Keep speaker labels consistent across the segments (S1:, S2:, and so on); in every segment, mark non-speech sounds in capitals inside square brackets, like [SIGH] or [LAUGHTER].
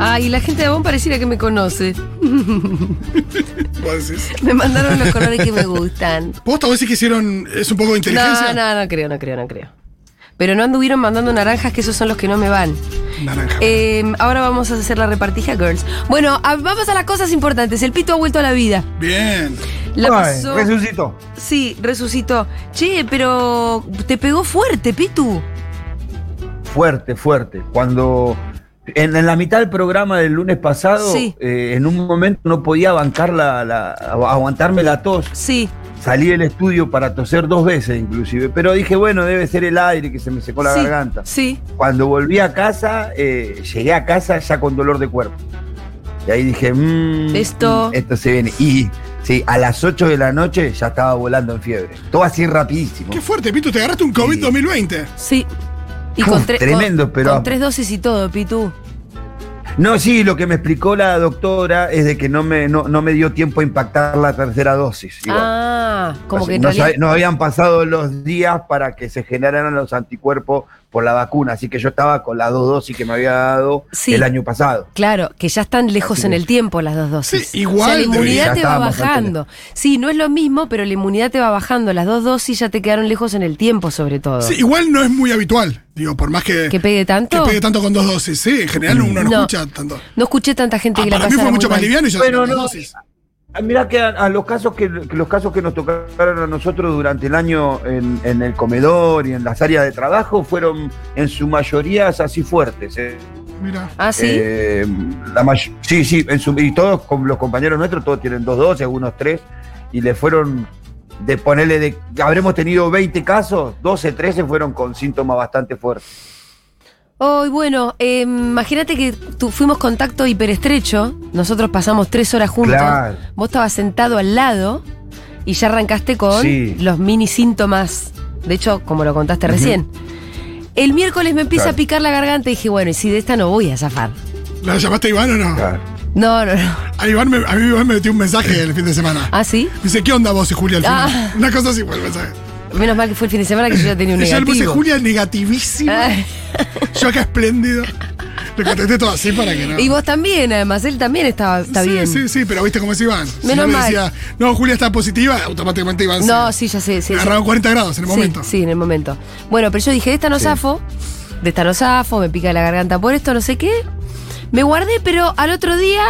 S1: Ay, la gente de Avon pareciera que me conoce.
S2: ¿Vos decís?
S1: Me mandaron los colores que me
S3: [LAUGHS]
S1: gustan.
S2: ¿Posta vos decís que hicieron. es un poco de
S1: No,
S2: inteligencia?
S1: no, no creo, no creo, no creo. Pero no anduvieron mandando naranjas, que esos son los que no me van.
S2: Naranja.
S1: Eh, ahora vamos a hacer la repartija, girls. Bueno, a- vamos a las cosas importantes. El pito ha vuelto a la vida.
S2: Bien.
S1: La
S3: Ay,
S1: pasó-
S3: Resucitó.
S1: Sí, resucitó. Che, pero te pegó fuerte, Pitu.
S3: Fuerte, fuerte. Cuando. En, en la mitad del programa del lunes pasado,
S1: Sí.
S3: eh, en un momento no podía bancar la, la- aguantarme la tos.
S1: Sí.
S3: Salí del estudio para toser dos veces inclusive, pero dije, bueno, debe ser el aire que se me secó la
S1: sí,
S3: garganta.
S1: Sí.
S3: Cuando volví a casa, eh, llegué a casa ya con dolor de cuerpo. Y ahí dije, mmm,
S1: Esto-
S3: esto se viene. Y sí, a las 8 de la noche ya estaba volando en fiebre. Todo así rapidísimo.
S2: Qué fuerte, Pitu, te agarraste un COVID
S3: Sí.
S2: 2020.
S1: Sí.
S3: Uf, Uh, tremendo,
S1: con-
S3: pero-
S1: Con tres dosis y todo, Pitu.
S3: No, sí, lo que me explicó la doctora es de que no me, no, no me dio tiempo a impactar la tercera dosis. igual.
S1: Ah, como
S3: Así,
S1: que en
S3: no,
S1: realidad-
S3: sabe- no habían pasado los días para que se generaran los anticuerpos por la vacuna, así que yo estaba con las dos dosis que me había dado
S1: Sí.
S3: el año pasado.
S1: Claro, que ya están lejos
S3: Así
S1: en
S3: es.
S1: el tiempo las dos dosis.
S2: Sí, igual
S1: O sea, la inmunidad
S3: debería.
S1: te
S3: Ya
S1: va
S3: estábamos
S1: bajando. Sí, no es lo mismo, pero la inmunidad te va bajando. Las dos dosis ya te quedaron lejos en el tiempo, sobre todo.
S2: Sí, igual no es muy habitual, digo, por más que,
S1: ¿Que pegue tanto?
S2: que pegue tanto con dos dosis. Sí, en general uno no,
S1: No.
S2: escucha tanto.
S1: No escuché tanta gente
S2: Ah,
S1: que la
S2: para mí
S1: pasara
S2: fue
S1: muy
S2: mucho más
S1: mal.
S2: liviano y yo
S3: Bueno,
S2: tengo
S3: no.
S2: dos dosis.
S3: Ah, Mirá que a, a los casos que, que los casos que nos tocaron a nosotros durante el año en, en el comedor y en las áreas de trabajo fueron en su mayoría así fuertes. eh.
S2: Mira.
S1: Ah, sí.
S3: Eh, la may- sí, sí, en su- y todos con los compañeros nuestros, todos tienen dos dosis, algunos tres, y le fueron de ponerle de. Habremos tenido 20 casos, 12, 13 fueron con síntomas bastante fuertes.
S1: Oh, y bueno, eh, imagínate que tu- fuimos contacto hiperestrecho. Nosotros pasamos tres horas juntos.
S3: Claro.
S1: Vos estabas sentado al lado y ya arrancaste con
S3: Sí.
S1: los mini síntomas. De hecho, como lo contaste
S3: Ujú.
S1: recién. El miércoles me empieza
S3: Claro.
S1: a picar la garganta y dije, bueno, y si de esta no voy a zafar.
S2: ¿La llamaste a Iván o no?
S1: No, no, no.
S2: A, Iván me- a mí Iván me metió un mensaje el fin de semana.
S1: ¿Ah, sí?
S2: Dice, ¿qué onda vos y Julia al final?
S1: Ah.
S2: Una cosa así fue el mensaje.
S1: Menos mal que fue el fin de semana que yo ya tenía un
S2: Y yo le puse
S1: negativo. Ah.
S2: Julia negativísima.
S1: Ay,
S2: Yo acá espléndido. Le contesté todo así para que no.
S1: [LAUGHS] y vos también, además, él también estaba está
S2: sí,
S1: bien.
S2: sí, sí, pero viste cómo es Iván. si
S1: Menos
S2: yo le
S1: mal.
S2: decía, no, Julia está positiva, automáticamente Iván se-
S1: No, sí, ya sé, sí.
S2: le
S1: sí.
S2: agarraba 40 grados en el
S1: Sí,
S2: momento.
S1: Sí, en el momento. Bueno, pero yo dije, de esta no
S3: Sí.
S1: zafo, de esta no zafo, me pica la garganta por esto, no sé qué. Me guardé, pero al otro día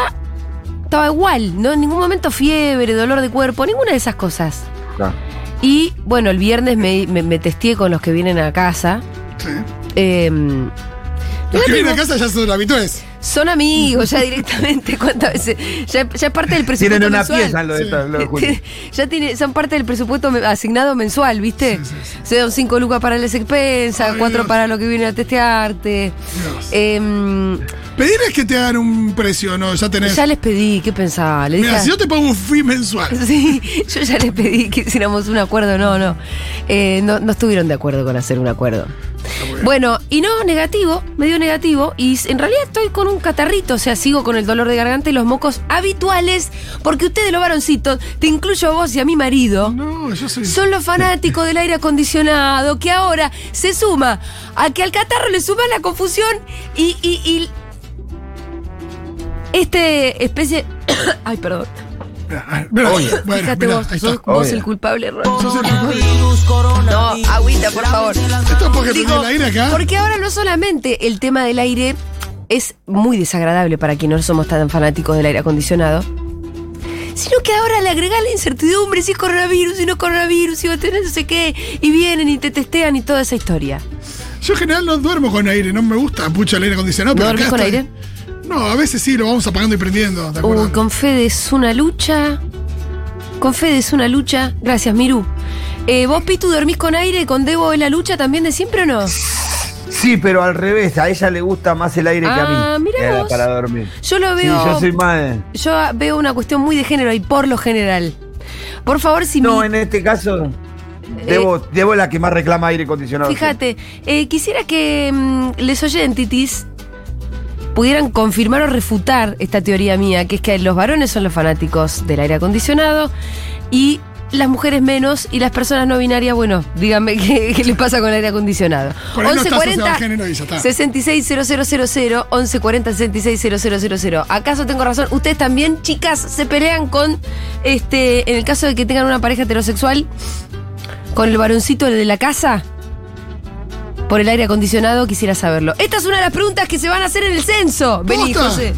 S1: estaba igual, no en ningún momento fiebre, dolor de cuerpo, ninguna de esas cosas.
S3: claro.
S1: Y bueno, el viernes me, me, me testeé con los que vienen a casa.
S2: Sí.
S1: Eh,
S2: Los que
S1: no
S2: vienen a
S1: tengo-
S2: casa ya son habituales.
S1: son amigos ya directamente. [LAUGHS] ¿Cuántas veces? Ya, ya es parte del presupuesto
S3: Tienen una
S1: mensual.
S3: pieza lo de,
S2: Sí.
S3: esta- lo de Julio.
S1: [LAUGHS] ya tiene, son parte del presupuesto me- asignado mensual, ¿viste?
S2: Sí, sí, sí.
S1: Se dan cinco lucas para las expensas,
S2: Ay,
S1: cuatro
S2: Dios.
S1: para lo que viene a testearte.
S2: Dios.
S1: Em,
S2: Pedirles que te hagan un precio, ¿no? Ya tenés.
S1: ya les pedí, ¿qué pensaba? Le dije
S2: Mira,
S1: a- [LAUGHS]
S2: si yo te pongo un fee mensual.
S1: Sí, yo ya les pedí que hiciéramos un acuerdo, no, no. Eh, no. no estuvieron de acuerdo con hacer un acuerdo. Bueno, y no, negativo, medio negativo, y s- en realidad estoy con un catarrito, o sea, sigo con el dolor de garganta y los mocos habituales, porque ustedes los varoncitos, te incluyo a vos y a mi marido,
S2: No, yo soy.
S1: son los fanáticos del aire acondicionado, que ahora se suma a que al catarro le suma la confusión y, y, y este especie... [COUGHS] Ay, perdón.
S2: Mira,
S3: Oye.
S2: bueno,
S1: Fíjate
S2: mirá,
S1: vos,
S2: ahí está.
S1: sos vos
S3: Obvio.
S1: el culpable, Ron.
S2: Sos el culpable.
S1: No, agüita, por favor.
S2: Esto es porque prendí
S1: Digo,
S2: el aire acá.
S1: Porque ahora no solamente el tema del aire es muy desagradable para quienes no somos tan fanáticos del aire acondicionado, sino que ahora le agrega la incertidumbre si es coronavirus, si no es coronavirus, si va a tener no sé qué, y vienen y te testean y toda esa historia.
S2: Yo en general no duermo con aire, no me gusta mucho el aire acondicionado.
S1: ¿No
S2: pero
S1: dormís
S2: acá
S1: con
S2: estoy.
S1: aire?
S2: No, a veces sí, lo vamos apagando y prendiendo, ¿de acuerdo?
S1: Uy, con Fede es una lucha. Con Fede es una lucha. Gracias, Miru. Eh, ¿Vos, Pitu, dormís con aire? ¿Con Debo es la lucha también de siempre o no?
S3: Sí, pero al revés, a ella le gusta más el aire que a mí.
S1: Ah, mirá
S3: eh,
S1: vos.
S3: Para dormir.
S1: Yo lo
S3: Sí,
S1: veo.
S3: yo soy más.
S1: Yo veo una cuestión muy de género y por lo general. Por favor, si
S3: No,
S1: mi-
S3: en este caso, debo, debo la que más reclama aire acondicionado.
S1: Eh, Fíjate, eh, quisiera que mm, les oyentitis pudieran confirmar o refutar esta teoría mía, que es que los varones son los fanáticos del aire acondicionado y las mujeres menos y las personas no binarias, bueno, díganme [LAUGHS] qué, qué les pasa con el aire acondicionado.
S2: Por ahí no está Sebastián Eno y ya está.
S1: 660000, 1140 660000. ¿Acaso tengo razón? Ustedes también, chicas, se pelean con, este, en el caso de que tengan una pareja heterosexual, con el varoncito de la casa. Por el aire acondicionado quisiera saberlo. Esta es una de las preguntas que se van a hacer en el censo. Vení,
S2: ¿Posta?
S1: José.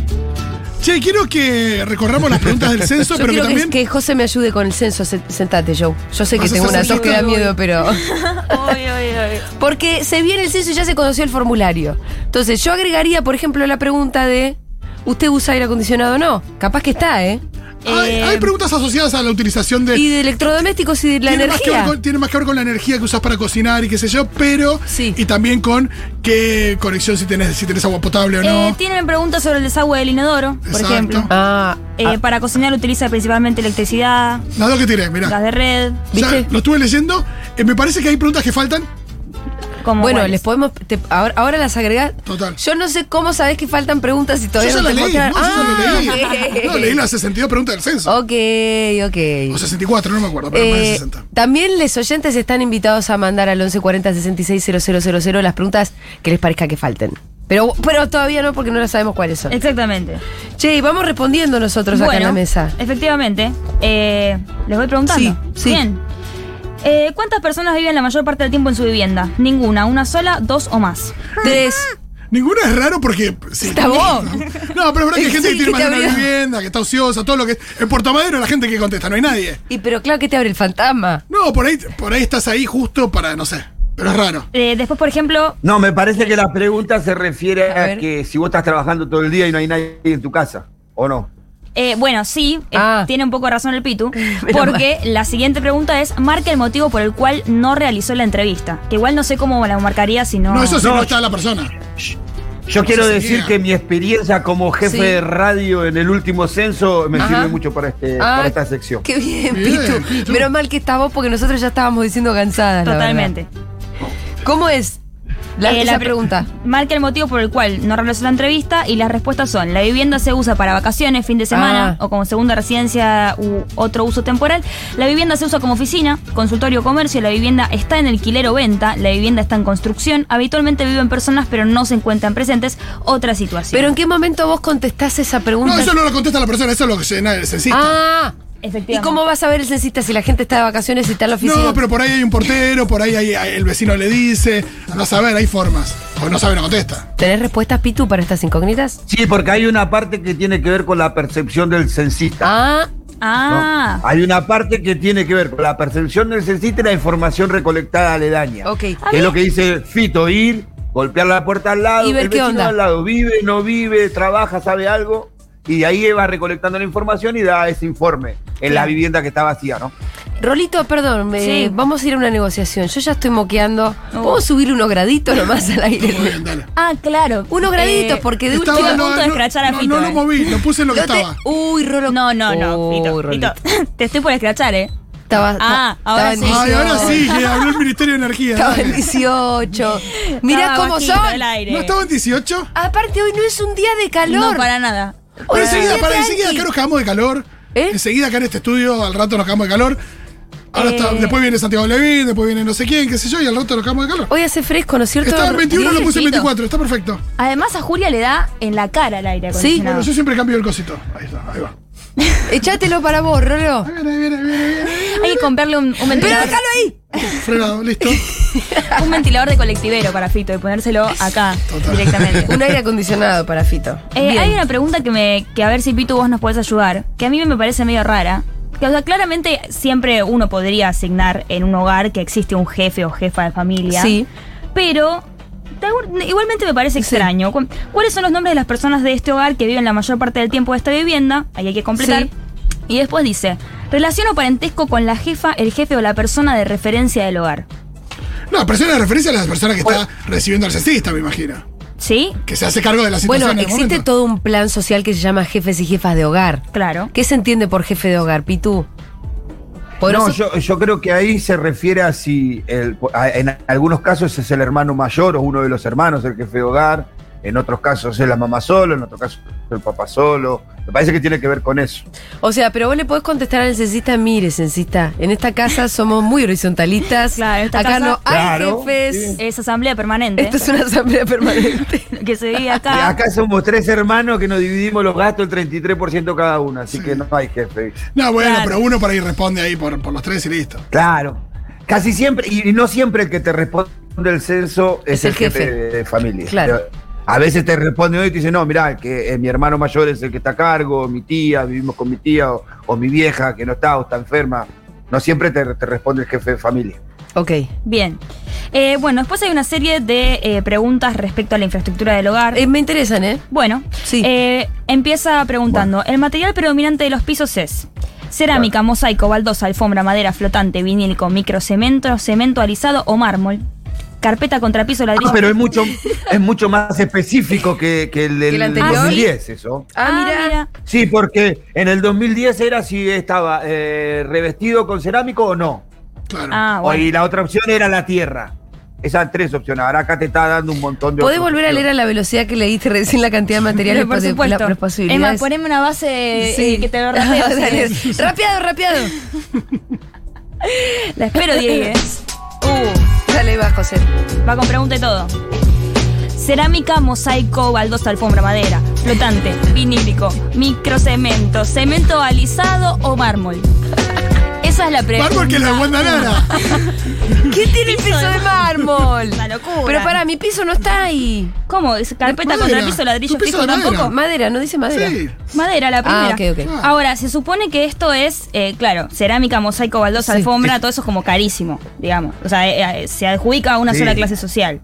S2: Che, quiero que recorramos las
S1: [LAUGHS]
S2: preguntas del censo,
S1: Yo
S2: pero que
S1: quiero que,
S2: también.
S1: que José me ayude con el censo. Se- Sentate, Joe. Yo sé que
S2: ¿Vas a
S1: tengo
S2: hacer
S1: una tos que da
S2: censito?
S1: miedo,
S2: [LAUGHS]
S1: pero.
S4: Oy, oy, oy.
S1: Porque se viene el censo y ya se conoció el formulario. Entonces, yo agregaría, por ejemplo, la pregunta de. ¿Usted usa aire acondicionado o no? Capaz que está, ¿eh?
S2: Hay,
S4: Eh,
S2: hay preguntas asociadas a la utilización de.
S1: Y de electrodomésticos y de la
S2: tiene, más que ver
S1: energía.
S2: con, tiene más que ver con la energía que usas para cocinar y qué sé yo, pero.
S1: Sí.
S2: Y también con qué conexión si tenés, si tenés agua potable o no.
S4: Eh, tienen preguntas sobre el desagüe del inodoro, por
S2: Exacto.
S4: ejemplo.
S1: Ah,
S4: Eh, Para cocinar utiliza principalmente electricidad,
S2: Las dos que tiré, mirá.
S4: gas de red,
S2: Ya
S1: ¿Viste?
S2: lo estuve leyendo. eh, me parece que hay preguntas que faltan.
S4: como
S1: bueno,
S4: cuáles.
S1: les podemos. te- ahora, ahora las agregás.
S2: Total.
S1: Yo no sé cómo sabés que faltan preguntas y todavía
S2: yo ya
S1: no
S2: las
S1: te
S2: leí. No,
S1: mostraron.
S2: yo ya
S1: Ah,
S2: las
S1: ok.
S2: leí. No, leí las 62 preguntas del censo.
S1: Ok, ok.
S2: O 64, no me acuerdo, pero más de
S1: Eh,
S2: 60.
S1: también los oyentes están invitados a mandar al 1140 000 las preguntas que les parezca que falten. Pero, pero todavía no, porque no las sabemos cuáles son.
S4: Exactamente.
S1: Che, y vamos respondiendo nosotros acá en la
S4: [LAUGHS]
S1: mesa.
S4: Efectivamente. Eh, les voy preguntando.
S1: Sí, sí.
S4: Bien. Eh, ¿Cuántas personas viven la mayor parte del tiempo en su vivienda? Ninguna, una sola, dos o más.
S1: Tres.
S2: Ninguna es raro porque. Sí.
S1: Está vos.
S2: No, pero es verdad que hay
S1: [LAUGHS]
S2: gente
S1: Sí,
S2: que tiene
S1: que
S2: más
S1: te
S2: de una
S1: abrió.
S2: vivienda, que está ociosa, todo lo que. En Puerto Madero la gente que contesta, no hay nadie.
S1: Y pero claro que te abre el fantasma.
S2: No, por ahí, por ahí estás ahí justo para, no sé. Pero es raro.
S4: Eh, después, por ejemplo,
S3: No, me parece que la pregunta se refiere
S1: A
S3: a,
S1: ver.
S3: que si vos estás trabajando todo el día y no hay nadie en tu casa, ¿o no?
S4: eh, bueno, sí, eh,
S1: Ah.
S4: tiene un poco de razón el Pitu,
S1: Menos
S4: porque la siguiente pregunta es, marca el motivo por el cual no realizó la entrevista. Que igual no sé cómo la marcaría si no...
S2: No, eso sí
S3: No,
S2: no, está la persona.
S3: Yo quiero
S2: se
S3: decir
S2: niega.
S3: que mi experiencia como jefe
S1: Sí.
S3: de radio en el último censo me
S1: Ajá.
S3: sirve mucho para, este,
S1: Ah,
S3: para esta sección.
S1: Qué bien,
S2: Bien,
S1: Pitu.
S2: Pitu.
S1: Menos mal que estás vos porque nosotros ya estábamos diciendo cansadas. la
S4: Totalmente.
S1: verdad. ¿Cómo es la,
S4: Eh,
S1: esa
S4: pre-
S1: pregunta?
S4: Marca el motivo por el cual no realizó la entrevista y las respuestas son: la vivienda se usa para vacaciones, fin de semana
S1: Ah.
S4: o como segunda residencia u otro uso temporal. La vivienda se usa como oficina, consultorio o comercio. La vivienda está en alquiler o venta. La vivienda está en construcción. Habitualmente viven personas, pero no se encuentran presentes. Otra situación.
S1: Pero en qué momento vos contestás esa pregunta.
S2: No, eso no lo contesta la persona, eso es lo que llena el censista.
S1: Ah, ¿y
S4: Efectivamente.
S1: cómo vas a ver el censista si la gente está de vacaciones y está en la oficina?
S2: No, pero por ahí hay un portero, por ahí hay- hay- el vecino le dice. No saber, hay formas. O no sabe, no contesta.
S1: ¿Tenés respuestas, Pitu, para estas incógnitas?
S3: Sí, porque hay una parte que tiene que ver con la percepción del censista.
S1: Ah,
S3: ¿no?
S4: Ah.
S3: Hay una parte que tiene que ver con la percepción del censista y la información recolectada aledaña.
S1: ok.
S4: Ah,
S3: Que es
S4: bien.
S3: lo que dice Fito, ir, golpear la puerta al lado,
S1: Y ver
S3: el
S1: qué
S3: vecino
S1: onda.
S3: al lado, vive, no vive, trabaja, sabe algo, y de ahí va recolectando la información y da ese informe en la vivienda que está vacía, ¿no?
S1: Rolito, perdón, me-
S4: Sí.
S1: vamos a ir a una negociación. Yo ya estoy moqueando.
S4: No.
S1: ¿Puedo subir unos graditos nomás al
S2: Muy
S1: aire?
S2: bien, dale.
S4: Ah, claro.
S1: Unos graditos, porque de
S2: Estaba-
S1: última
S4: a punto de escrachar a
S2: no,
S4: Fito,
S2: no lo
S4: eh.
S2: moví, lo puse en lo que
S1: No te-
S2: estaba.
S1: Uy, Rolo.
S4: No, no, no.
S1: Uy,
S4: Fito,
S1: Rolito.
S4: Fito, te estoy por escrachar, ¿eh?
S1: Estaba,
S4: Ah,
S1: estaba
S4: ahora
S1: en
S4: sí.
S2: Ay, ahora
S1: 18.
S2: sí, que habló el Ministerio de Energía.
S1: Estaba en
S2: dale.
S1: 18. Mirá
S4: Estaba
S1: cómo
S4: bajito
S1: son.
S4: el aire.
S2: ¿No estaba en 18?
S1: Aparte, hoy no es un día de calor.
S4: No, para nada.
S1: Hoy es
S2: Pero
S1: un
S2: enseguida,
S1: día
S2: para,
S1: tranqui.
S2: enseguida acá nos cagamos de calor.
S1: ¿Eh?
S2: Enseguida acá en este estudio, al rato nos cagamos de calor. Ahora está-
S4: Eh.
S2: después viene Santiago Levín, después viene no sé quién, qué sé yo, y al rato nos cagamos de calor.
S1: Hoy hace fresco, ¿no es cierto?
S2: Está en 21, lo puse en
S1: Fito?
S2: 24, está perfecto.
S4: Además, a Julia le da en la cara el aire
S1: Sí.
S4: acondicionado.
S2: Bueno, yo siempre cambio el cosito. Ahí está, ahí va.
S1: Echátelo para vos, Rolo.
S2: Ahí viene, ahí viene, ahí viene, ahí viene.
S4: Hay que comprarle un, un
S1: Pero
S4: ventilador.
S1: déjalo ahí.
S2: Frenado, listo.
S1: [LAUGHS]
S4: Un ventilador de colectivero para Fito y ponérselo acá
S2: Total.
S4: directamente.
S1: Un aire acondicionado para Fito.
S4: Eh,
S1: Bien.
S4: hay una pregunta que me que a ver si Pitu vos nos podés ayudar, que a mí me parece medio rara. Que, o sea, claramente siempre uno podría asignar en un hogar que existe un jefe o jefa de familia.
S1: Sí.
S4: Pero de algún- igualmente me parece extraño. Cu- ¿Cuáles son los nombres de las personas de este hogar que viven la mayor parte del tiempo de esta vivienda? Ahí hay que completar.
S1: Sí.
S4: Y después dice, relación o parentesco con la jefa, el jefe o la persona de referencia del hogar.
S2: No, persona de referencia a las personas que está recibiendo al cestista, me imagino.
S4: ¿Sí?
S2: Que se hace cargo de la situación.
S1: Bueno,
S2: en el
S1: existe
S2: momento.
S1: todo un plan social que se llama jefes y jefas de hogar.
S4: Claro.
S1: ¿Qué se entiende por jefe de hogar, Pitu? Por
S3: No,
S1: eso-
S3: yo, yo creo que ahí se refiere a si el- a- en algunos casos es el hermano mayor o uno de los hermanos el jefe de hogar, en otros casos es la mamá solo, en otros casos es el papá solo. Me parece que tiene que ver con eso.
S1: O sea, pero vos le podés contestar al censista, mire, censista, en esta casa somos muy horizontalistas.
S4: [LAUGHS] Claro, esta
S1: acá
S4: casa-
S1: no hay
S3: Claro,
S1: jefes.
S4: Es asamblea permanente. [LAUGHS]
S1: Esto es una asamblea permanente.
S4: Que se vive
S1: [LAUGHS]
S3: Y
S4: acá.
S3: acá somos tres hermanos que nos dividimos los gastos el 33% cada uno, así que no hay jefe.
S2: No, bueno,
S4: Claro.
S2: pero uno por ahí responde ahí por, por los tres y listo.
S3: Claro. Casi siempre, y no siempre el que te responde el censo es, el, jefe. de, de familia.
S1: Claro.
S3: A veces te responde hoy y te dice, no, mirá, que eh, mi hermano mayor es el que está a cargo, mi tía, vivimos con mi tía, o, o mi vieja que no está o está enferma. No siempre te, te responde el jefe de familia.
S1: ok.
S4: Bien. Eh, bueno, después hay una serie de eh, preguntas respecto a la infraestructura del hogar.
S1: Eh, me interesan, ¿eh?
S4: Bueno,
S1: Sí.
S4: eh, empieza preguntando, el material predominante de los pisos es cerámica, mosaico, baldosa, alfombra, madera flotante, vinílico, microcemento, cemento alisado o mármol, carpeta, contrapiso, ladrillo.
S3: Ah, pero es mucho, es mucho más específico que, [LAUGHS] que el del
S1: ¿Que el anterior?
S3: 2010, eso.
S1: Ah, mira.
S3: Sí, porque en el 2010 era si estaba eh, revestido con cerámico o no.
S2: Claro.
S4: Ah,
S3: O-
S4: bueno.
S3: Y la otra opción era la tierra. Esas tres opciones. Ahora acá te está dando un montón de
S1: ¿Podés
S3: otras
S1: volver a leer a
S3: opciones.
S1: la velocidad que leíste recién la cantidad de materiales
S4: Pero por
S1: posi- la-
S4: supuesto.
S1: las posibilidades?
S5: Emma, poneme una base eh,
S1: Sí.
S5: que
S1: [LAUGHS]
S5: te lo rapeo, si
S1: Dale.
S5: querés.
S1: Rapeado, rapeado.
S4: La espero, Diego.
S1: [LAUGHS]
S4: Uh,
S1: Dale, va, José.
S4: va con pregunta y todo. Cerámica, mosaico, baldosa, alfombra, madera, flotante, vinílico, microcemento, cemento alisado o mármol. Esa es la pregunta.
S2: Bárbaro que la
S1: [LAUGHS]
S2: buena nada.
S1: ¿Qué tiene el piso de
S4: [LAUGHS]
S1: mármol?
S4: Una locura.
S1: Pero pará, mi piso no está ahí.
S4: ¿Cómo? ¿Es carpeta
S2: Madera.
S4: contra piso, ladrillo
S2: Tu piso de
S4: fijo
S2: madera.
S4: tampoco?
S1: Madera, no dice madera. [LAUGHS]
S2: Sí.
S4: Madera, la primera.
S1: Ah, ok, ok.
S2: Ah.
S4: Ahora, se supone que esto es, eh, claro, cerámica, mosaico, baldosa,
S1: Sí.
S4: alfombra, todo eso es como carísimo, digamos. O sea, eh, eh, se adjudica a una
S3: Sí.
S4: sola clase social.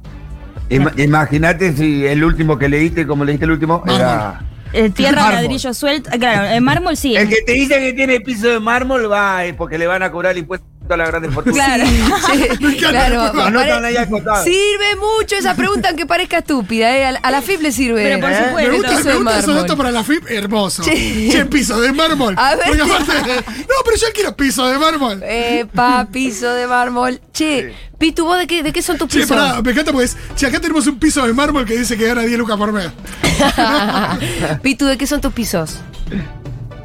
S3: Ima- Imagínate si el último que leíste, como leíste el último, era.
S4: Eh, tierra,
S2: Mármol.
S4: ladrillo suelto, eh, claro, el mármol sí.
S3: El que te dice que tiene piso de mármol va, es porque le van a cobrar el impuesto a la grande fortuna.
S4: Claro.
S1: [LAUGHS] Sí, claro.
S3: Lo anotan
S1: pare-
S3: ahí acotado.
S1: Sirve mucho esa pregunta, aunque parezca estúpida. ¿eh? A, la- a la FIP le sirve.
S4: Pero por
S1: ¿eh?
S4: supuesto.
S2: Me gusta,
S1: Piso
S2: me
S1: de
S2: gusta esos
S1: mármol.
S2: datos para la FIP, hermoso.
S1: Sí.
S2: Che, piso de mármol.
S1: A ver.
S2: Porque aparte, no, pero yo quiero piso de mármol.
S1: Epa, piso de mármol. Che, Pitu, ¿vos de qué, de qué son tus
S2: Che,
S1: pisos?
S2: pará, me encanta porque es, che, acá tenemos un piso de mármol que dice que gana 10 lucas por mes.
S1: [LAUGHS] Pitu, ¿de qué son tus pisos?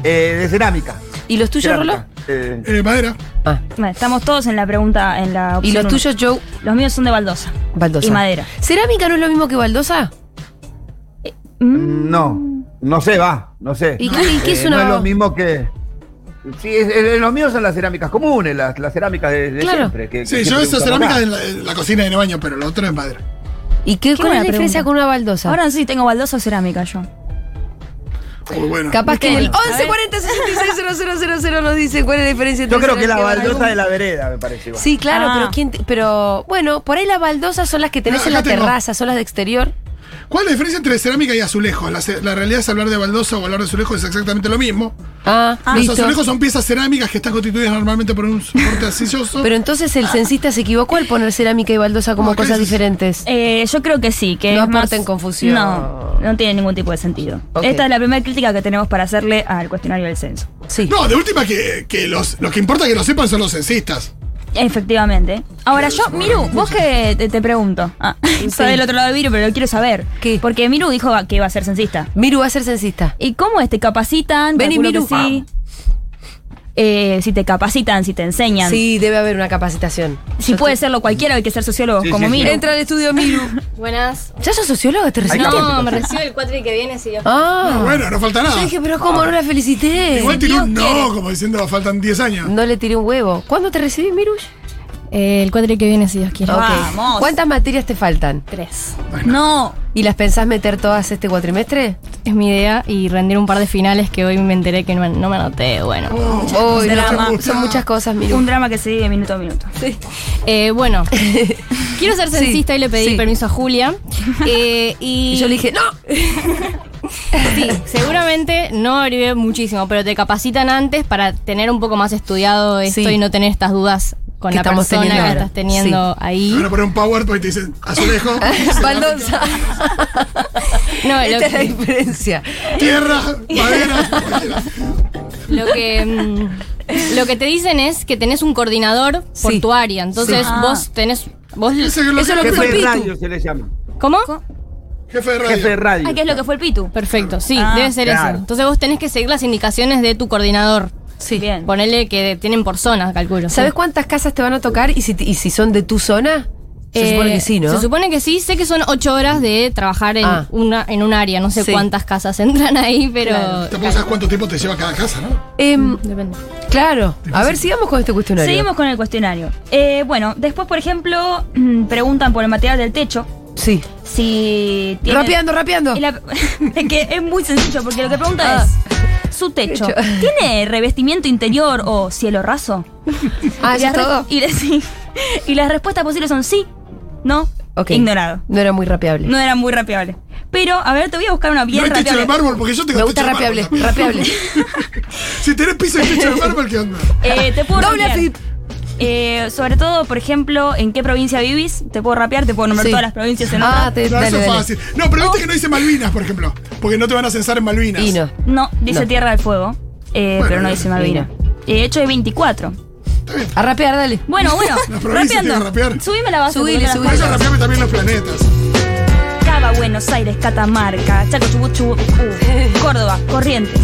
S3: Eh, de cerámica.
S1: ¿Y los tuyos, Rolo?
S3: Cerámica. Eh,
S2: Eh, madera.
S4: Bueno, estamos todos en la pregunta, en la
S1: ¿Y
S4: opción
S1: los
S4: uno.
S1: tuyos, Joe?
S4: Los míos son de baldosa.
S1: Baldosa.
S4: Y madera.
S1: ¿Cerámica no es lo mismo que baldosa?
S3: no, no sé, va, no sé.
S1: ¿Y qué- y qué es
S3: Eh,
S1: una-
S3: No es lo mismo que. Sí, es- es- los míos son las cerámicas comunes, las, las cerámicas de, de
S1: Claro.
S3: siempre. que- que
S2: Sí, yo
S3: siempre
S2: esa
S3: usamos
S2: cerámica
S3: acá.
S2: en la, en la cocina y en el baño, pero lo otro es madera.
S1: ¿Y qué, cuál
S4: Qué
S1: es la
S4: buena
S1: diferencia
S4: pregunta.
S1: con una baldosa?
S4: Ahora no sé si tengo baldosa o cerámica yo.
S2: Muy bueno.
S1: Capaz que en el
S4: Bueno, a ver.
S1: 1140 nos dicen cuál es la diferencia entre
S3: Yo creo que la
S1: cerámica y
S3: baldosa de la vereda, me parece. igual.
S1: Sí, claro,
S4: Ah.
S1: pero quién te- pero bueno, por ahí las baldosas son las que tenés
S2: Acá
S1: en la
S2: tengo.
S1: terraza, son las de exterior.
S2: ¿Cuál es la diferencia entre cerámica y azulejos? La, ce- la realidad es hablar de baldosa o hablar de azulejos es exactamente lo mismo.
S1: Ah,
S2: Los
S1: listo.
S2: azulejos son piezas cerámicas que están constituidas normalmente por un soporte arcilloso.
S1: Pero entonces el censista se equivocó al poner cerámica y baldosa como
S2: No, ¿qué
S1: cosas
S2: dices?
S1: diferentes.
S4: Eh, yo creo que sí, que
S1: No
S4: es más-
S1: aporten confusión.
S4: No, no tiene ningún tipo de sentido.
S1: Ok.
S4: Esta es la primera crítica que tenemos para hacerle al cuestionario del censo.
S1: Sí.
S2: No, de última que, que los, los que importa que lo sepan son los censistas.
S4: Efectivamente. Ahora yo, Miru, vos que te, te pregunto. Ah, [LAUGHS] soy del otro lado de Miru, pero lo quiero saber.
S1: ¿Qué?
S4: Porque Miru dijo que iba a ser censista.
S1: Miru va a ser censista.
S4: ¿Y cómo es? ¿Te capacitan?
S1: Vení,
S4: Calculo
S1: Miru.
S4: que sí. Eh, si te capacitan, si te enseñan.
S1: Sí, debe haber una capacitación.
S4: Si
S1: Yo
S4: puede
S1: estoy-
S4: serlo cualquiera, hay que ser sociólogo
S3: Sí,
S4: como
S3: sí, sí.
S4: Miru.
S1: Entra al estudio Miru.
S5: Buenas.
S1: ¿Ya sos socióloga? ¿Te recibiste?
S3: capacitación.
S5: No, me recibo el 4 que viene, si Dios
S1: Ah.
S2: Bueno, no falta
S1: Yo
S2: nada.
S1: dije, pero
S4: Ah.
S1: ¿cómo no la felicité?
S2: Igual
S4: si
S2: tiene un
S4: Dios
S2: no,
S4: quiere.
S2: como diciendo faltan 10 años.
S1: No le tiré un huevo. ¿Cuándo te recibí, Mirush?
S5: Eh, el 4 que viene, si Dios quiere.
S1: Ok.
S4: Vamos.
S1: ¿Cuántas materias te faltan?
S5: Tres.
S4: No.
S1: ¿Y las pensás meter todas este cuatrimestre?
S5: Es mi idea y rendir un par de finales que hoy me enteré que no, no me anoté. Bueno.
S2: Oh,
S1: Uy, no,
S4: drama.
S1: son muchas cosas,
S4: Un
S1: Miru.
S4: drama que se vive minuto a minuto.
S1: [LAUGHS]
S5: Eh, bueno. Quiero ser censista y le pedí
S1: sí.
S5: permiso
S1: [LAUGHS]
S5: a Julia. Eh, y,
S1: Y yo le dije,
S4: [LAUGHS]
S1: ¡no!
S5: Sí, seguramente no abrevié muchísimo, pero te capacitan antes para tener un poco más estudiado esto
S1: Sí.
S5: y no tener estas dudas con
S1: Que
S5: la
S1: estamos
S5: persona
S1: teniendo
S5: que
S1: ahora.
S5: estás teniendo
S2: Te
S5: ahí.
S2: van a poner un PowerPoint y te dicen
S1: [LAUGHS]
S2: azulejo, cerámica,
S1: Baldosa.
S5: No, lo
S1: Esta es la
S5: que-
S1: diferencia.
S2: tierra,
S1: [LAUGHS]
S2: madera. cualquiera.
S5: Lo que, mm, lo que te dicen es que tenés un coordinador por
S1: Sí. Ah.
S5: tu área. Entonces
S4: Sí.
S5: vos tenés. Vos,
S2: Ese es lo
S1: Eso
S2: que-
S1: es lo que
S3: Jefe
S1: fue
S3: de
S1: Pitu.
S3: radio se le llama.
S5: ¿Cómo?
S2: Jefe de radio.
S3: Jefe de radio.
S4: Ah, que es lo que fue el Pitu.
S5: Perfecto, sí,
S4: Ah,
S5: debe ser
S3: claro.
S5: eso. Entonces vos tenés que seguir las indicaciones de tu coordinador.
S1: Sí.
S4: Bien.
S5: Ponele que tienen por zonas, calculo.
S1: ¿Sabes
S5: Sí.
S1: cuántas casas te van a tocar y si, y si son de tu zona? Se
S5: Eh,
S1: supone que sí, ¿no?
S5: Se supone que sí, sé que son ocho horas de trabajar en,
S1: Ah.
S5: una, en un área, no sé
S1: Sí.
S5: cuántas casas entran ahí, pero...
S2: Tampoco sabes cuánto tiempo te lleva cada casa, ¿no?
S1: Em,
S5: Depende.
S1: claro. A ver, sigamos con este cuestionario.
S4: Seguimos con el cuestionario. Eh, bueno, después, por ejemplo, mm, preguntan por el material del techo.
S1: Sí.
S4: Si tiene-
S1: Rapeando, rapeando.
S4: Y la- [LAUGHS] es que es muy sencillo, porque lo que pregunta es: ¿su techo
S1: Techo.
S4: tiene revestimiento interior o cielo raso?
S1: Ah,
S4: y
S1: ya
S4: las re-
S1: todo.
S4: Y, le- [LAUGHS] sí. y las respuestas posibles son sí, no,
S1: Ok.
S4: ignorado.
S1: No era muy rapeable.
S4: No eran muy rapeable. Pero, a ver, te voy a buscar una bien
S2: no hay techo
S4: rapeable.
S2: de mármol, porque yo tengo
S1: Me gusta
S2: techo de mármol
S1: rapeable,
S2: también.
S1: rapeable.
S2: [LAUGHS] Si tenés piso de techo de mármol, ¿qué
S1: [LAUGHS]
S2: onda?
S4: Eh, te puedo
S1: Doble
S4: rapear.
S1: flip.
S4: Eh, sobre todo, por ejemplo, en qué provincia vivís. Te puedo rapear, te puedo nombrar
S1: Sí.
S4: todas las provincias en
S1: Ah,
S4: otra.
S1: te,
S2: No,
S1: dale,
S2: eso es
S1: dale. Oh.
S2: fácil. No, pero viste que no dice Malvinas, por ejemplo. Porque no te van a censar en Malvinas.
S1: Y no.
S4: No, dice
S1: No.
S4: Tierra del Fuego, eh,
S2: Bueno,
S4: pero no
S2: bien,
S4: dice Malvina. De hecho, es 24.
S2: Está bien.
S1: A rapear, dale.
S2: [LAUGHS]
S4: Bueno, bueno,
S2: La provincia tiene
S4: rapeando.
S2: que rapear.
S4: Subime la base.
S1: Subile,
S4: porque no la
S1: subile.
S2: Para eso rapeame también los planetas.
S4: Cava, Buenos Aires, Catamarca, Chaco, Chubut, Chubut, uh, Córdoba, Corrientes,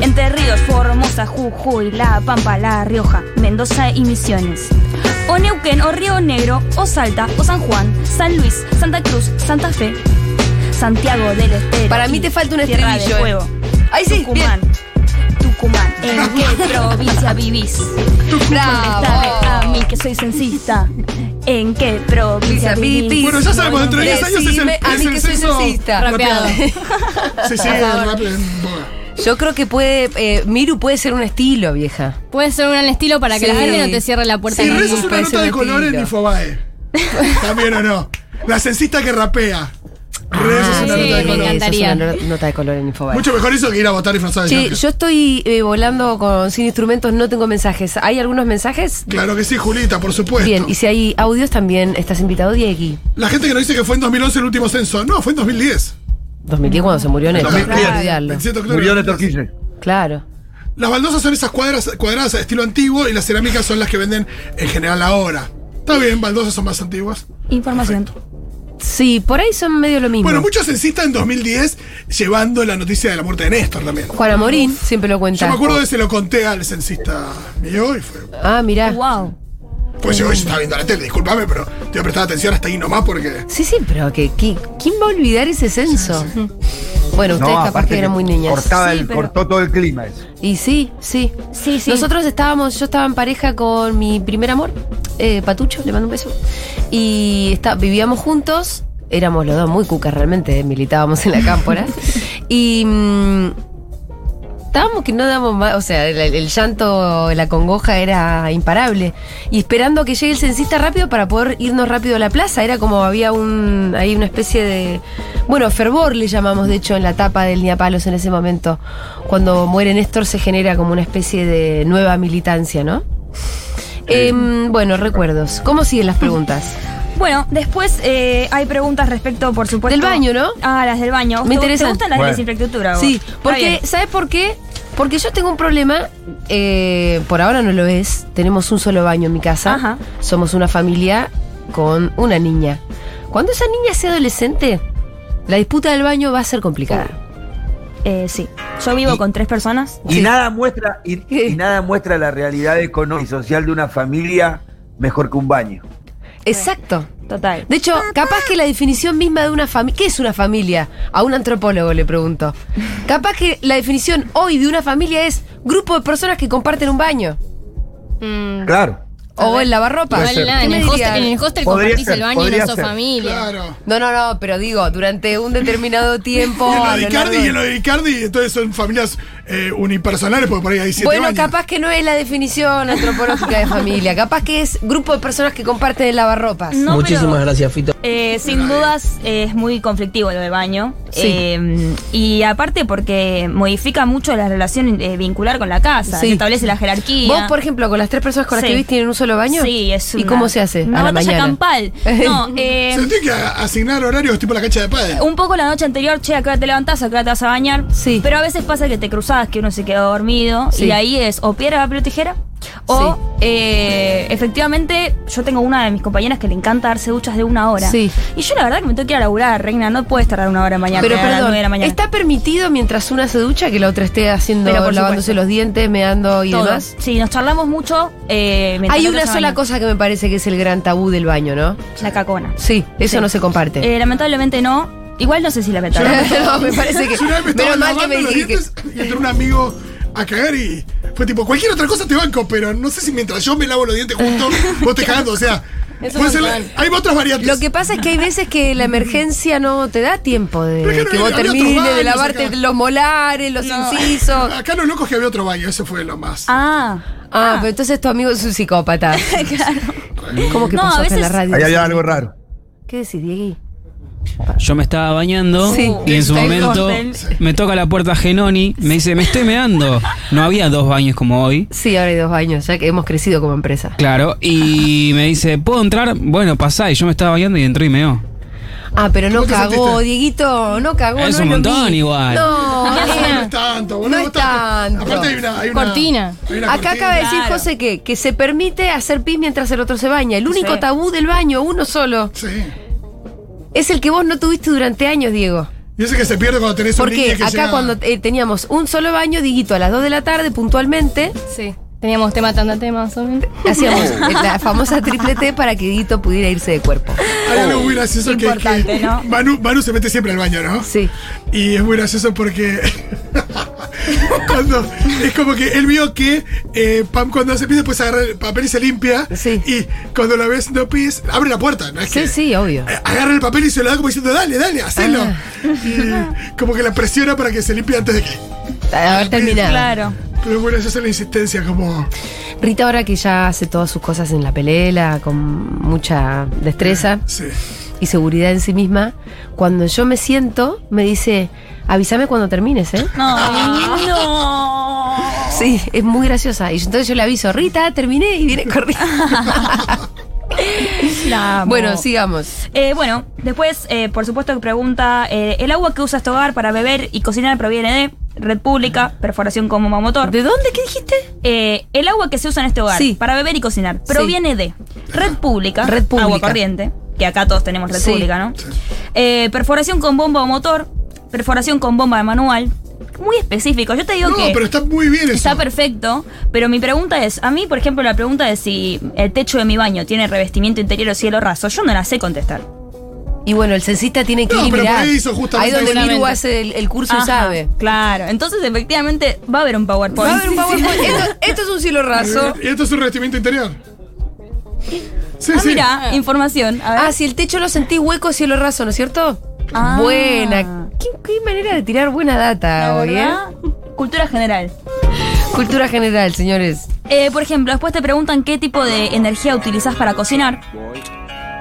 S4: Entre Ríos, Formosa, Jujuy, La Pampa, La Rioja, Mendoza y Misiones. O Neuquén, o Río Negro, o Salta, o San Juan, San Luis, Santa Cruz, Santa Fe, Santiago del Estero.
S1: Para mí
S4: y
S1: te falta un
S4: Tierra del
S1: estribillo, eh.
S4: Fuego.
S1: Ahí sí,
S4: Tucumán.
S1: [LAUGHS]
S4: Tucumán, ¿en qué provincia vivís? Contestame a
S1: Bravo.
S4: mí que soy censista. ¿En qué provincia
S1: Lisa, pi,
S4: vivís?
S1: pi.
S2: Bueno, ya sabemos, dentro de 10 años es el,
S1: Decime a
S2: es
S1: mí
S2: el
S1: que soy
S2: censo
S1: sexista.
S5: Rapeado.
S2: Se sigue el rap en boga.
S1: Yo creo que puede. eh, Miru puede ser un estilo, vieja.
S5: Puede ser un estilo para que la
S1: Sí.
S5: gente no te cierre la puerta.
S1: Sí,
S2: Y
S5: en la
S1: rezo
S2: rezas
S5: nuca.
S2: una
S1: parece
S2: nota de
S1: un
S2: color en
S1: estilo.
S2: Infobae. También o no. La censista que rapea. Rezas
S1: Ah,
S2: una
S5: sí,
S2: nota de
S5: me
S2: color.
S5: encanta.
S1: Eso
S5: encantaría.
S1: es una no- nota de color en Infobae.
S2: Mucho mejor eso que ir a votar disfrazado de
S1: Che,
S2: Joker.
S1: yo estoy eh, volando con sin instrumentos, no tengo mensajes. ¿Hay algunos mensajes?
S2: Claro que sí, Julita, por supuesto.
S1: Bien, y si hay audios también, estás invitado, Diegui.
S2: La gente que nos dice que fue en 2011 el último censo. No, fue en 2010.
S1: 2010 cuando se murió Néstor.
S2: 2010.
S1: no olvidarlo.
S2: 27 de octubre.
S3: Murió Néstor Kirchner.
S1: Claro.
S2: Las baldosas son esas cuadras, cuadradas a estilo antiguo y las cerámicas son las que venden en general ahora. Está bien, baldosas son más antiguas.
S4: Información.
S1: Sí, por ahí son medio lo mismo.
S2: Bueno, muchos censistas en 2010 llevando la noticia de la muerte de Néstor también.
S1: Juana Morín siempre lo cuenta.
S2: Yo me acuerdo de se lo conté al censista mío y fue.
S1: Ah, mirá.
S4: Wow.
S2: Pues yo, yo estaba viendo la tele, discúlpame, pero te voy a prestar atención hasta ahí nomás porque.
S1: Sí, sí, pero que, que- ¿quién va a olvidar ese censo? Bueno, ustedes capaz
S3: aparte
S1: que eran muy niñas.
S3: Cortaba
S4: Sí,
S3: el-
S4: pero-
S3: Cortó todo el clima. eso.
S1: Y sí, sí.
S4: Sí, sí.
S1: Nosotros estábamos, yo estaba en pareja con mi primer amor, eh, Patucho, le mando un beso. Y está, vivíamos juntos, éramos los dos muy cucas realmente, eh, militábamos en la
S4: [LAUGHS]
S1: cámpora. y mm, estábamos que no damos más, o sea, el, el llanto, la congoja era imparable. Y esperando que llegue el censista rápido para poder irnos rápido a la plaza, era como había un, ahí una especie de, bueno, fervor le llamamos, de hecho, en la tapa del Día Palos en ese momento. Cuando muere Néstor se genera como una especie de nueva militancia, ¿no? Em, bueno, recuerdos. ¿Cómo siguen las preguntas?
S4: Bueno, después eh, hay preguntas respecto, por supuesto.
S1: Del baño, ¿no?
S4: Ah, las del baño.
S1: Me
S4: ¿Te-
S1: interesan.
S4: ¿Te gustan las
S3: Bueno.
S4: de desinfraestructura?
S1: Sí, porque, ¿sabes por qué? Porque yo tengo un problema, eh, por ahora no lo es, tenemos un solo baño en mi casa,
S4: Ajá.
S1: somos una familia con una niña. Cuando esa niña sea adolescente, la disputa del baño va a ser complicada.
S4: Eh, sí. Yo vivo
S3: Y-
S4: con tres personas.
S3: Y
S1: Sí.
S3: nada muestra, y, y nada muestra la realidad económica y social de una familia mejor que un baño.
S1: Exacto.
S4: Total.
S1: De hecho, capaz que la definición misma de una familia... ¿Qué es una familia? A un antropólogo le pregunto. Capaz que la definición hoy de una familia es grupo de personas que comparten un baño.
S5: Mm,
S3: Claro.
S1: O el lavarropa.
S5: igual
S3: ser.
S5: nada,
S1: ¿Qué
S5: en,
S1: me
S5: el hostel,
S1: dirían?
S5: en el hostel
S3: Podría
S5: compartís
S3: ser,
S5: el baño y
S3: podría
S5: no sos
S3: ser.
S5: familia.
S2: Claro.
S1: No, no, no, pero digo, durante un
S2: [LAUGHS]
S1: determinado tiempo.
S2: y en lo
S1: a
S2: de
S1: lo
S2: Icardi
S1: largo
S2: y
S1: de-
S2: en lo de Icardi, entonces son familias eh, unipersonales porque por ahí hay siete
S1: Bueno,
S2: baños.
S1: capaz que no es la definición antropológica de familia, capaz que es grupo de personas que comparten el lavarropas.
S4: No,
S6: Muchísimas
S4: pero,
S6: gracias, Fito.
S4: eh, sin dudas eh, es muy conflictivo lo del baño.
S1: Sí.
S4: Eh, y aparte porque modifica mucho la relación eh, vincular con la casa.
S1: Sí.
S4: Se establece la jerarquía.
S1: ¿Vos, por ejemplo, con las tres personas con las
S4: Sí.
S1: que vivís tienen un solo baño?
S4: Sí, es
S1: ¿Y
S4: una-
S1: cómo se hace?
S4: Una
S1: a la
S4: batalla
S1: mañana. [LAUGHS]
S4: campal. No, eh,
S2: Se tiene que a- asignar horarios tipo la cancha de padre.
S4: un poco la noche anterior, che, ¿a qué hora te levantás? ¿A qué hora te vas a bañar?
S1: Sí.
S4: Pero a veces pasa que te cruzás, que uno se quedó dormido.
S1: Sí.
S4: Y ahí es o piedra, papel o tijera. O eh, efectivamente, yo tengo una de mis compañeras que le encanta darse duchas de una hora.
S1: Sí.
S4: Y yo la verdad que me tengo que ir a laburar, reina, no puedes tardar una hora mañana.
S1: Pero
S4: a las
S1: perdón,
S4: nueve de la mañana.
S1: ¿está permitido mientras una se ducha que la otra esté haciendo,
S4: Pero por
S1: lavándose
S4: supuesto.
S1: los dientes, meando y
S4: Todo.
S1: demás?
S4: Sí, nos charlamos mucho. eh, mientras
S1: Hay
S4: la
S1: una
S4: otra se
S1: sola
S4: baña.
S1: cosa que me parece que es el gran tabú del baño, ¿no?
S4: La cacona.
S1: Sí, eso
S4: Sí.
S1: no se comparte.
S4: Eh, lamentablemente no. Igual no sé si lamentablemente.
S1: [LAUGHS] no, me parece que.
S2: Si una vez me
S1: Menos
S2: estaban
S1: mal que
S2: lavando
S1: me
S2: los
S1: dijiste que.
S2: dientes y entró un amigo a cagar y fue tipo, cualquier otra cosa te banco, pero no sé si mientras yo me lavo los
S1: [LAUGHS]
S2: dientes junto, vos te cagando, o sea,
S5: Es un
S2: puede ser-
S5: montón.
S2: hay otras variantes.
S1: Lo que pasa es que hay veces que la emergencia no te da tiempo de
S2: Pero es que no
S1: que
S2: hay-
S1: vos
S2: había otros
S1: termines de
S2: baños
S1: lavarte
S2: acá.
S1: los molares, los
S2: [LAUGHS]
S4: No.
S1: incisos.
S2: Acá los locos que había otro baño, eso fue lo más.
S4: Ah.
S1: Ah, pero entonces tu amigo es un psicópata. ¿Cómo que
S4: No,
S1: pasó
S4: a
S1: acá en la
S4: veces-
S1: radio?
S3: Ahí había algo raro.
S1: ¿Qué decís, Diego?
S6: Yo me estaba bañando
S1: Sí.
S6: y en su
S1: Está el
S6: momento
S4: cóctel.
S6: me toca la puerta Genoni, me dice, me estoy meando. No había dos baños como hoy.
S1: Sí, ahora hay dos baños, ya que hemos crecido como empresa.
S6: Claro, y me dice, ¿puedo entrar? Bueno, pasá, y yo me estaba bañando y entró y meó.
S1: Ah, pero no
S2: ¿Cómo te
S1: cagó,
S2: sentiste?
S1: Dieguito, no cagó.
S6: Es
S1: no
S6: un
S1: lo
S6: montón
S1: vi.
S6: igual.
S1: No, eh,
S2: No, no
S1: nena.
S2: es tanto, boludo.
S1: No es tanto.
S2: Aparte hay una, hay una-
S5: Cortina.
S2: hay una
S1: Acá
S2: cortina.
S1: acaba de decir
S4: Claro.
S1: José que, que se permite hacer pis mientras el otro se baña. El único
S4: Sí.
S1: tabú del baño, uno solo,
S2: Sí.
S1: es el que vos no tuviste durante años, Diego.
S2: Y ese que se pierde cuando tenés un
S1: Porque
S2: niño que
S1: acá
S2: llega-
S1: cuando eh, teníamos un solo baño, Dieguito, a las 2 de la tarde, puntualmente,
S5: Sí. Teníamos tema tanda tema, más o menos.
S1: hacíamos
S2: [LAUGHS] Oh.
S1: la famosa triple T para que Dieguito pudiera irse de cuerpo.
S2: Hay algo muy gracioso que,
S4: Importante,
S2: que
S4: ¿no?
S2: Manu, Manu se mete siempre al baño, ¿no?
S1: Sí.
S2: Y es muy gracioso porque. [LAUGHS] cuando, es como que él vio que eh, Pam cuando hace pis después agarra el papel y se limpia.
S1: Sí.
S2: Y cuando lo ves no pis, abre la puerta, ¿no? Es
S1: Sí,
S2: que-
S1: sí, obvio.
S2: eh, Agarra el papel y se lo da como diciendo, dale, dale, hacelo.
S1: Ah.
S4: Ah.
S2: Y como que la presiona para que se limpie antes de que.
S1: A haber terminado.
S4: Claro.
S2: Pero bueno, esa es la insistencia, como.
S1: Rita ahora que ya hace todas sus cosas en la pelela, con mucha destreza
S2: Sí.
S1: y seguridad en sí misma, cuando yo me siento, me dice, avísame cuando termines, ¿eh?
S4: No. no. [LAUGHS]
S1: Sí, es muy graciosa. Y yo- entonces yo le aviso, Rita, terminé y viene corriendo.
S4: La amo.
S1: bueno, sigamos.
S4: Eh, bueno, después, eh, por supuesto, que pregunta: eh, ¿el agua que usas tu hogar para beber y cocinar proviene de Red Pública, perforación como motor?
S1: ¿De dónde? ¿Qué dijiste?
S4: Eh, el agua que se usa en este hogar
S1: Sí.
S4: para beber y cocinar proviene de red pública,
S1: Red pública.
S4: agua corriente, que acá todos tenemos red
S1: Sí.
S4: pública, ¿no? Eh, perforación con bomba o motor, perforación con bomba de manual. Muy específico. Yo te digo
S2: No,
S4: que
S2: pero está muy bien eso.
S4: está perfecto, pero mi pregunta es, a mí, por ejemplo, la pregunta de si el techo de mi baño tiene revestimiento interior o cielo raso, yo no la sé contestar.
S1: Y bueno, el censista tiene que
S2: No,
S1: ir y
S2: pero por
S1: mirar.
S2: ahí hizo justamente
S1: Ahí donde
S2: seguramente.
S1: Miru hace el, el curso y
S4: Ajá,
S1: sabe.
S4: Claro, entonces efectivamente va a haber un PowerPoint.
S1: Va a haber
S4: [LAUGHS]
S1: un PowerPoint. Esto, esto es un cielo raso.
S2: ¿Y esto es un revestimiento interior? Sí,
S4: Ah,
S2: sí.
S4: mira, información. A ver.
S1: Ah, si el techo lo sentís hueco, cielo raso, ¿no es cierto?
S4: Ah.
S1: Buena. ¿Qué, qué manera de tirar buena data
S4: La
S1: hoy, ¿eh?
S4: verdad, Cultura general.
S1: Cultura general, señores.
S4: Eh, por ejemplo, después te preguntan qué tipo de energía utilizas para cocinar.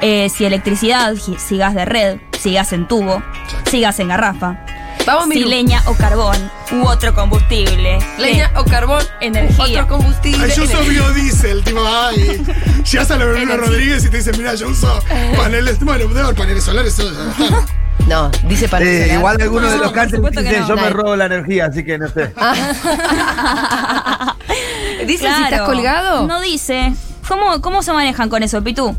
S4: Eh, si electricidad, gi- si gas de red, si gas en tubo, si gas en garrafa,
S1: Vamos,
S4: si
S1: Miru.
S4: leña o carbón u otro combustible.
S1: Leña o carbón,
S4: Energía.
S1: otro combustible.
S2: Ay, yo uso biodiesel, tipo, ay. Llegas a la Verónica
S4: Energy.
S2: Rodríguez y te dicen, mira, yo uso paneles, bueno, debe haber paneles solares. eso ya está.
S1: No, dice para
S3: Eh, igual algunos de
S4: No,
S3: los
S4: por
S3: cantantes
S4: supuesto que
S3: dicen,
S4: no.
S3: yo me
S1: Dale.
S3: robo la energía, así que no
S4: [LAUGHS]
S3: sé.
S1: Ah, [LAUGHS]
S4: Eh.
S1: Dice si
S4: Claro.
S1: estás colgado.
S4: No dice. ¿Cómo, cómo se manejan con eso, Pitu?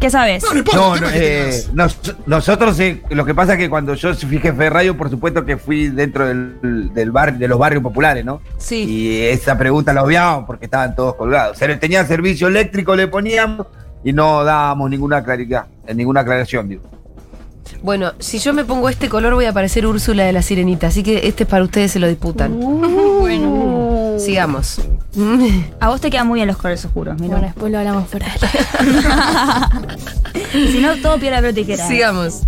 S4: ¿Qué sabes?
S2: No, no importa.
S3: No,
S2: el
S3: no,
S2: tema es que
S3: eh,
S2: tengas.
S3: nos- nosotros, eh, lo que pasa es que cuando yo fui jefe de radio, por supuesto que fui dentro del, del bar, de los barrios populares, ¿no?
S1: Sí.
S3: Y esa pregunta la obviábamos porque estaban todos colgados. Se le tenía servicio eléctrico, le poníamos y no dábamos ninguna claridad, eh, ninguna aclaración, digo.
S1: Bueno, si yo me pongo este color voy a parecer Úrsula de la Sirenita, así que este es para ustedes, se lo disputan. bueno. Sigamos. [LAUGHS]
S4: A vos te quedan muy bien los colores oscuros, mira. [LAUGHS]
S5: Bueno, después lo hablamos fuera del aire.
S4: si no, todo piedra, pero tijera.
S1: Sigamos.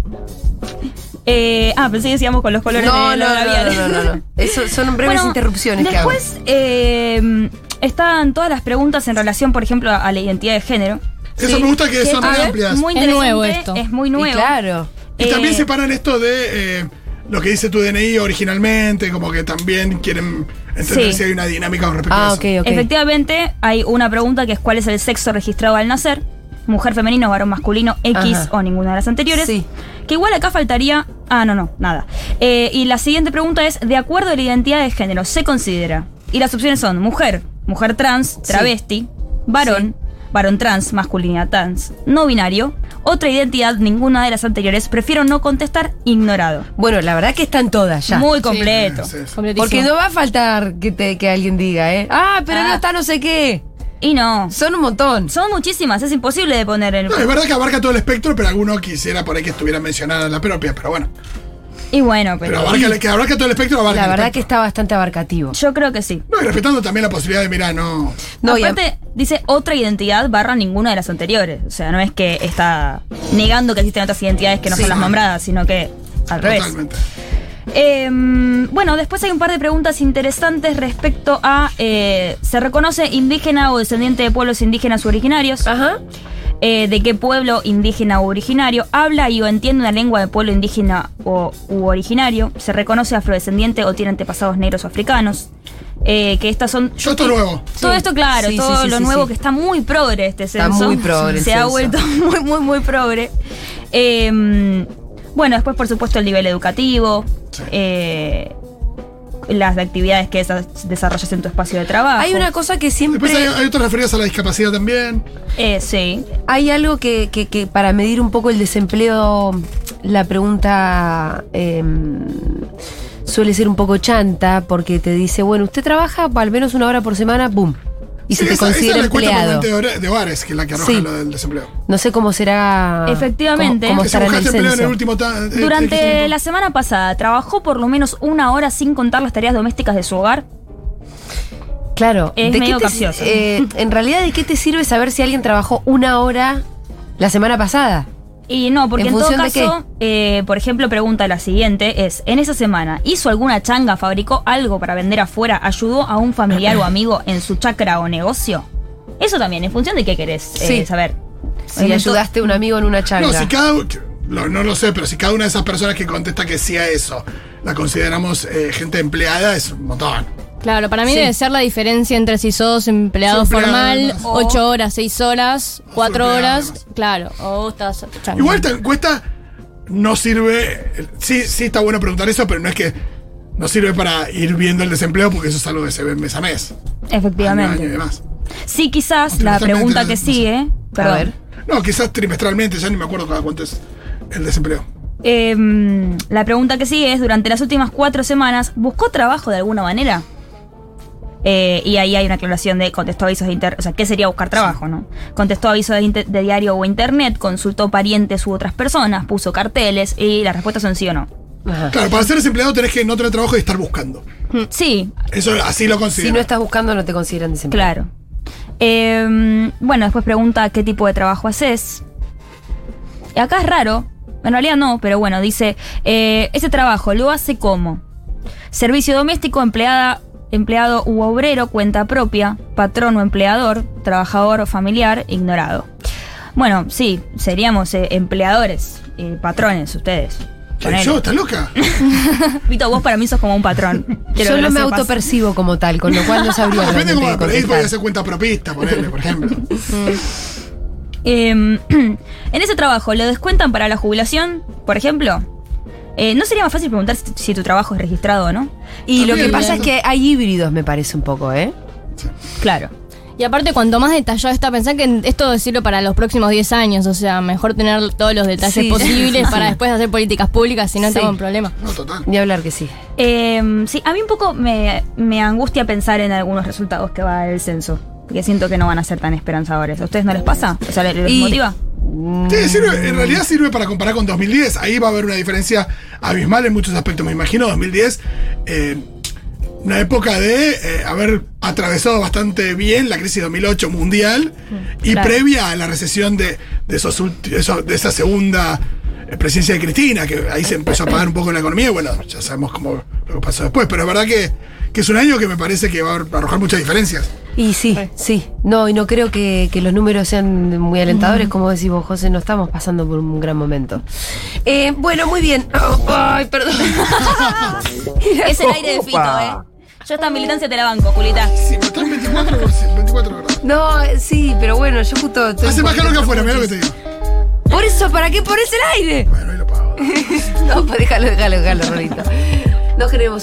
S4: Eh, ah, pensé que sigamos con los colores
S1: No, no,
S4: de los
S1: no,
S4: labiales.
S1: no, no, no,
S4: [LAUGHS]
S1: no. Eso son breves
S4: Bueno,
S1: interrupciones que hago.
S4: Después eh, están todas las preguntas en relación, por ejemplo, a la identidad de género.
S2: Eso me gusta que
S4: Que
S2: son
S4: a
S2: muy
S4: ver,
S2: amplias.
S4: Muy
S5: Es
S4: interesante,
S5: nuevo esto.
S4: Es muy
S1: Y
S4: nuevo.
S1: claro.
S2: Y también
S4: Eh,
S2: separan esto de eh, lo que dice tu DNI originalmente, como que también quieren entender
S4: Sí.
S2: si hay una dinámica con respecto
S1: Ah,
S2: a
S1: ok,
S2: eso.
S1: ok.
S4: Efectivamente, hay una pregunta que es cuál es el sexo registrado al nacer. Mujer femenino, varón masculino, X
S1: Ajá.
S4: o ninguna de las anteriores.
S1: Sí.
S4: Que igual acá faltaría... Ah, no, no, nada. Eh, y la siguiente pregunta es, de acuerdo a la identidad de género, ¿se considera? Y las opciones son mujer, mujer trans, travesti, varón, varón trans, masculinidad trans, no binario, otra identidad, ninguna de las anteriores, prefiero no contestar, ignorado.
S1: Bueno, la verdad que están todas ya.
S4: Muy completo.
S2: Sí, sí.
S5: Completísimo.
S1: Porque no va a faltar que, te, que alguien diga, ¿eh? Ah, pero
S4: Ah.
S1: no está no sé qué.
S4: Y no,
S1: Son un montón.
S4: son muchísimas, es imposible de poner en...
S2: No, es verdad que abarca todo el espectro, pero alguno quisiera por ahí que estuviera mencionada la propia, pero bueno.
S4: Y bueno,
S2: Pero
S4: pero...
S2: abarca, que abarca todo el espectro, abarca.
S1: La
S2: el
S1: verdad que
S2: espectro.
S1: está bastante abarcativo.
S4: Yo creo que sí.
S2: No, y respetando también la posibilidad de, mira, no.
S1: No, y a-
S4: Aparte, dice otra identidad barra ninguna de las anteriores. O sea, no es que está negando que existen otras identidades que no
S2: Sí.
S4: son las nombradas, sino que al revés.
S2: Totalmente.
S4: Eh, bueno, después hay un par de preguntas interesantes respecto a eh, ¿se reconoce indígena o descendiente de pueblos indígenas u originarios?
S1: Ajá.
S4: Eh, ¿De qué pueblo indígena u originario? ¿Habla y o entiende una lengua de pueblo indígena o, u originario? ¿Se reconoce afrodescendiente o tiene antepasados negros o africanos? Eh, que estas son...
S2: Yo esto nuevo.
S4: Todo
S1: Sí.
S4: esto, claro,
S1: Sí, sí,
S4: todo
S1: sí,
S4: lo
S1: sí,
S4: nuevo
S1: sí.
S4: que está muy progre este
S1: Está
S4: censo.
S1: muy progre el
S4: Se ha
S1: censo.
S4: vuelto [LAUGHS] muy, muy, muy progre. Eh, bueno, después, por supuesto, el nivel educativo. eh, las actividades que desa- desarrollas en tu espacio de trabajo.
S1: Hay una cosa que
S2: Después hay,
S1: siempre.
S2: hay otras referidas a la discapacidad también.
S4: Eh, sí.
S1: Hay algo que, que- que para medir un poco el desempleo, la pregunta eh, suele ser un poco chanta, porque te dice, bueno, usted trabaja al menos una hora por semana, ¡boom! Y
S2: Sí,
S1: se te
S2: esa-
S1: considera
S2: esa es la encuesta
S1: empleado.
S2: permanente de hora- de hogares, que es la que arroja
S1: Sí.
S2: lo del desempleo.
S1: No sé cómo será.
S4: Efectivamente.
S1: Cómo, cómo
S2: Que si
S1: estará en el
S2: buscaste empleo en el
S1: censo.
S2: último ta- eh,
S4: Durante
S2: eh,
S4: la semana pasada, ¿trabajó por lo menos una hora sin contar las tareas domésticas de su hogar?
S1: Claro,
S4: Es
S1: ¿de qué
S4: medio
S1: te-
S4: capcioso.
S1: eh, en realidad, ¿de qué te sirve saber si alguien trabajó una hora la semana pasada?
S4: Y no, porque
S1: ¿En
S4: en, todo
S1: función de
S4: caso, eh, por ejemplo, pregunta la siguiente es, en esa semana, ¿hizo alguna changa, fabricó algo para vender afuera, ayudó a un familiar o amigo en su chacra o negocio? Eso también, en función de qué querés eh,
S1: Sí.
S4: saber.
S1: Si le
S4: Entonces,
S1: ayudaste a un amigo en una charla.
S2: No, si cada. u- lo- no lo sé, pero si cada una de esas personas que contesta que sí a eso la consideramos eh, gente empleada, es un montón.
S5: Claro, para mí
S1: Sí.
S5: debe ser la diferencia entre si sos empleado
S2: Sos empleado,
S5: formal,
S2: además.
S5: 8 horas, 6 horas, 4
S2: empleado,
S5: horas,
S2: además.
S5: claro, o estás changa.
S2: Igual esta encuesta no sirve. Sí, sí está bueno preguntar eso, pero no es que no sirve para ir viendo el desempleo porque eso es algo que se ve mes a mes. año a año y
S4: Efectivamente.
S2: demás.
S4: Sí, quizás la
S2: Fundamentalmente,
S4: pregunta que
S2: no sé.
S4: sigue,
S1: a
S4: perdón,
S1: ver.
S2: No, quizás trimestralmente, ya ni me acuerdo cada cuánto es el desempleo.
S4: eh, la pregunta que sigue es, durante las últimas cuatro semanas, ¿buscó trabajo de alguna manera? Eh, y ahí hay una aclaración de contestó avisos de internet, o sea, ¿qué sería buscar trabajo, no? Contestó avisos de, inter- de diario o internet, consultó parientes u otras personas, puso carteles y las respuestas son sí o no.
S1: Ajá.
S2: Claro, para ser desempleado tenés que no tener trabajo y estar buscando.
S4: Sí,
S2: Eso así lo considero.
S1: Si no estás buscando, no te consideran desempleado.
S4: claro. Eh, bueno, después pregunta qué tipo de trabajo haces. Y acá es raro, en realidad no, pero bueno, dice, eh, ese trabajo lo hace como servicio doméstico, empleada, empleado u obrero, cuenta propia, patrón o empleador, trabajador o familiar, ignorado. Bueno, sí, seríamos eh, empleadores, eh, patrones ustedes.
S2: ¿Qué,
S4: Ponele.
S2: ¿Yo? ¿Estás loca?
S4: [LAUGHS] Vito, vos para mí sos como un patrón. Quiero
S1: Yo
S4: que
S1: no
S4: lo
S1: me
S4: sepas.
S1: autopercibo como tal, con lo cual no
S2: [LAUGHS]
S1: sabría realmente
S2: Depende cómo
S1: qué
S2: por ahí podía
S1: contestar.
S2: hacer cuenta propista, ponerle,
S1: [LAUGHS]
S2: por ejemplo.
S4: Eh, [CLEARS THROAT] en ese trabajo, ¿lo descuentan para la jubilación, por ejemplo? Eh, ¿No sería más fácil preguntar si, si tu trabajo es registrado o no?
S1: Y lo que
S2: También,
S1: pasa es
S2: ¿no?
S1: que hay híbridos, me parece un poco, ¿eh?
S4: Claro.
S5: Y aparte, cuanto más detallado está, pensá que esto sirve para los próximos 10 años, o sea, mejor tener todos los
S1: [LAUGHS]
S5: detalles
S1: Sí.
S5: posibles para después hacer políticas públicas, si no
S1: Sí.
S5: estamos en problema.
S2: No, total.
S1: Ni hablar que sí.
S4: Eh, sí, a mí un poco me, me angustia pensar en algunos resultados que va el censo. Porque siento que no van a ser tan esperanzadores. ¿A ustedes no les pasa? O sea, ¿les, les
S1: Y-
S4: motiva?
S2: Sí, sirve- en realidad sirve para comparar con 2010. Ahí va a haber una diferencia abismal en muchos aspectos. Me imagino 2010, eh, una época de eh, haber atravesado bastante bien la crisis 2008 mundial y
S4: claro.
S2: previa a la recesión de, de esos ulti- eso- de esa segunda eh, presidencia de Cristina, que ahí se empezó a apagar un poco la economía. y Bueno, ya sabemos cómo lo que pasó después, pero es verdad que, que es un año que me parece que va a arrojar muchas diferencias.
S1: Y sí, sí. No, y no creo que, que los números sean muy alentadores, como decís vos, José, no estamos pasando por un gran momento. Eh, bueno, muy bien. [COUGHS] Ay, perdón. [LAUGHS]
S4: Es el aire de Fito, ¿eh?
S3: Opa.
S4: Yo esta militancia te la banco, Julita.
S2: Sí, pero están 24, 24 grados.
S1: No, eh, sí, pero bueno, yo justo... estoy
S2: Hace
S1: un
S2: más
S1: poquito
S2: calor que afuera, mira lo que te
S1: preocupada.
S2: digo.
S1: Por eso, ¿para qué pones el aire? [LAUGHS]
S2: Bueno, ahí lo pago.
S1: No, pues déjalo, déjalo, déjalo, Rolito. No generemos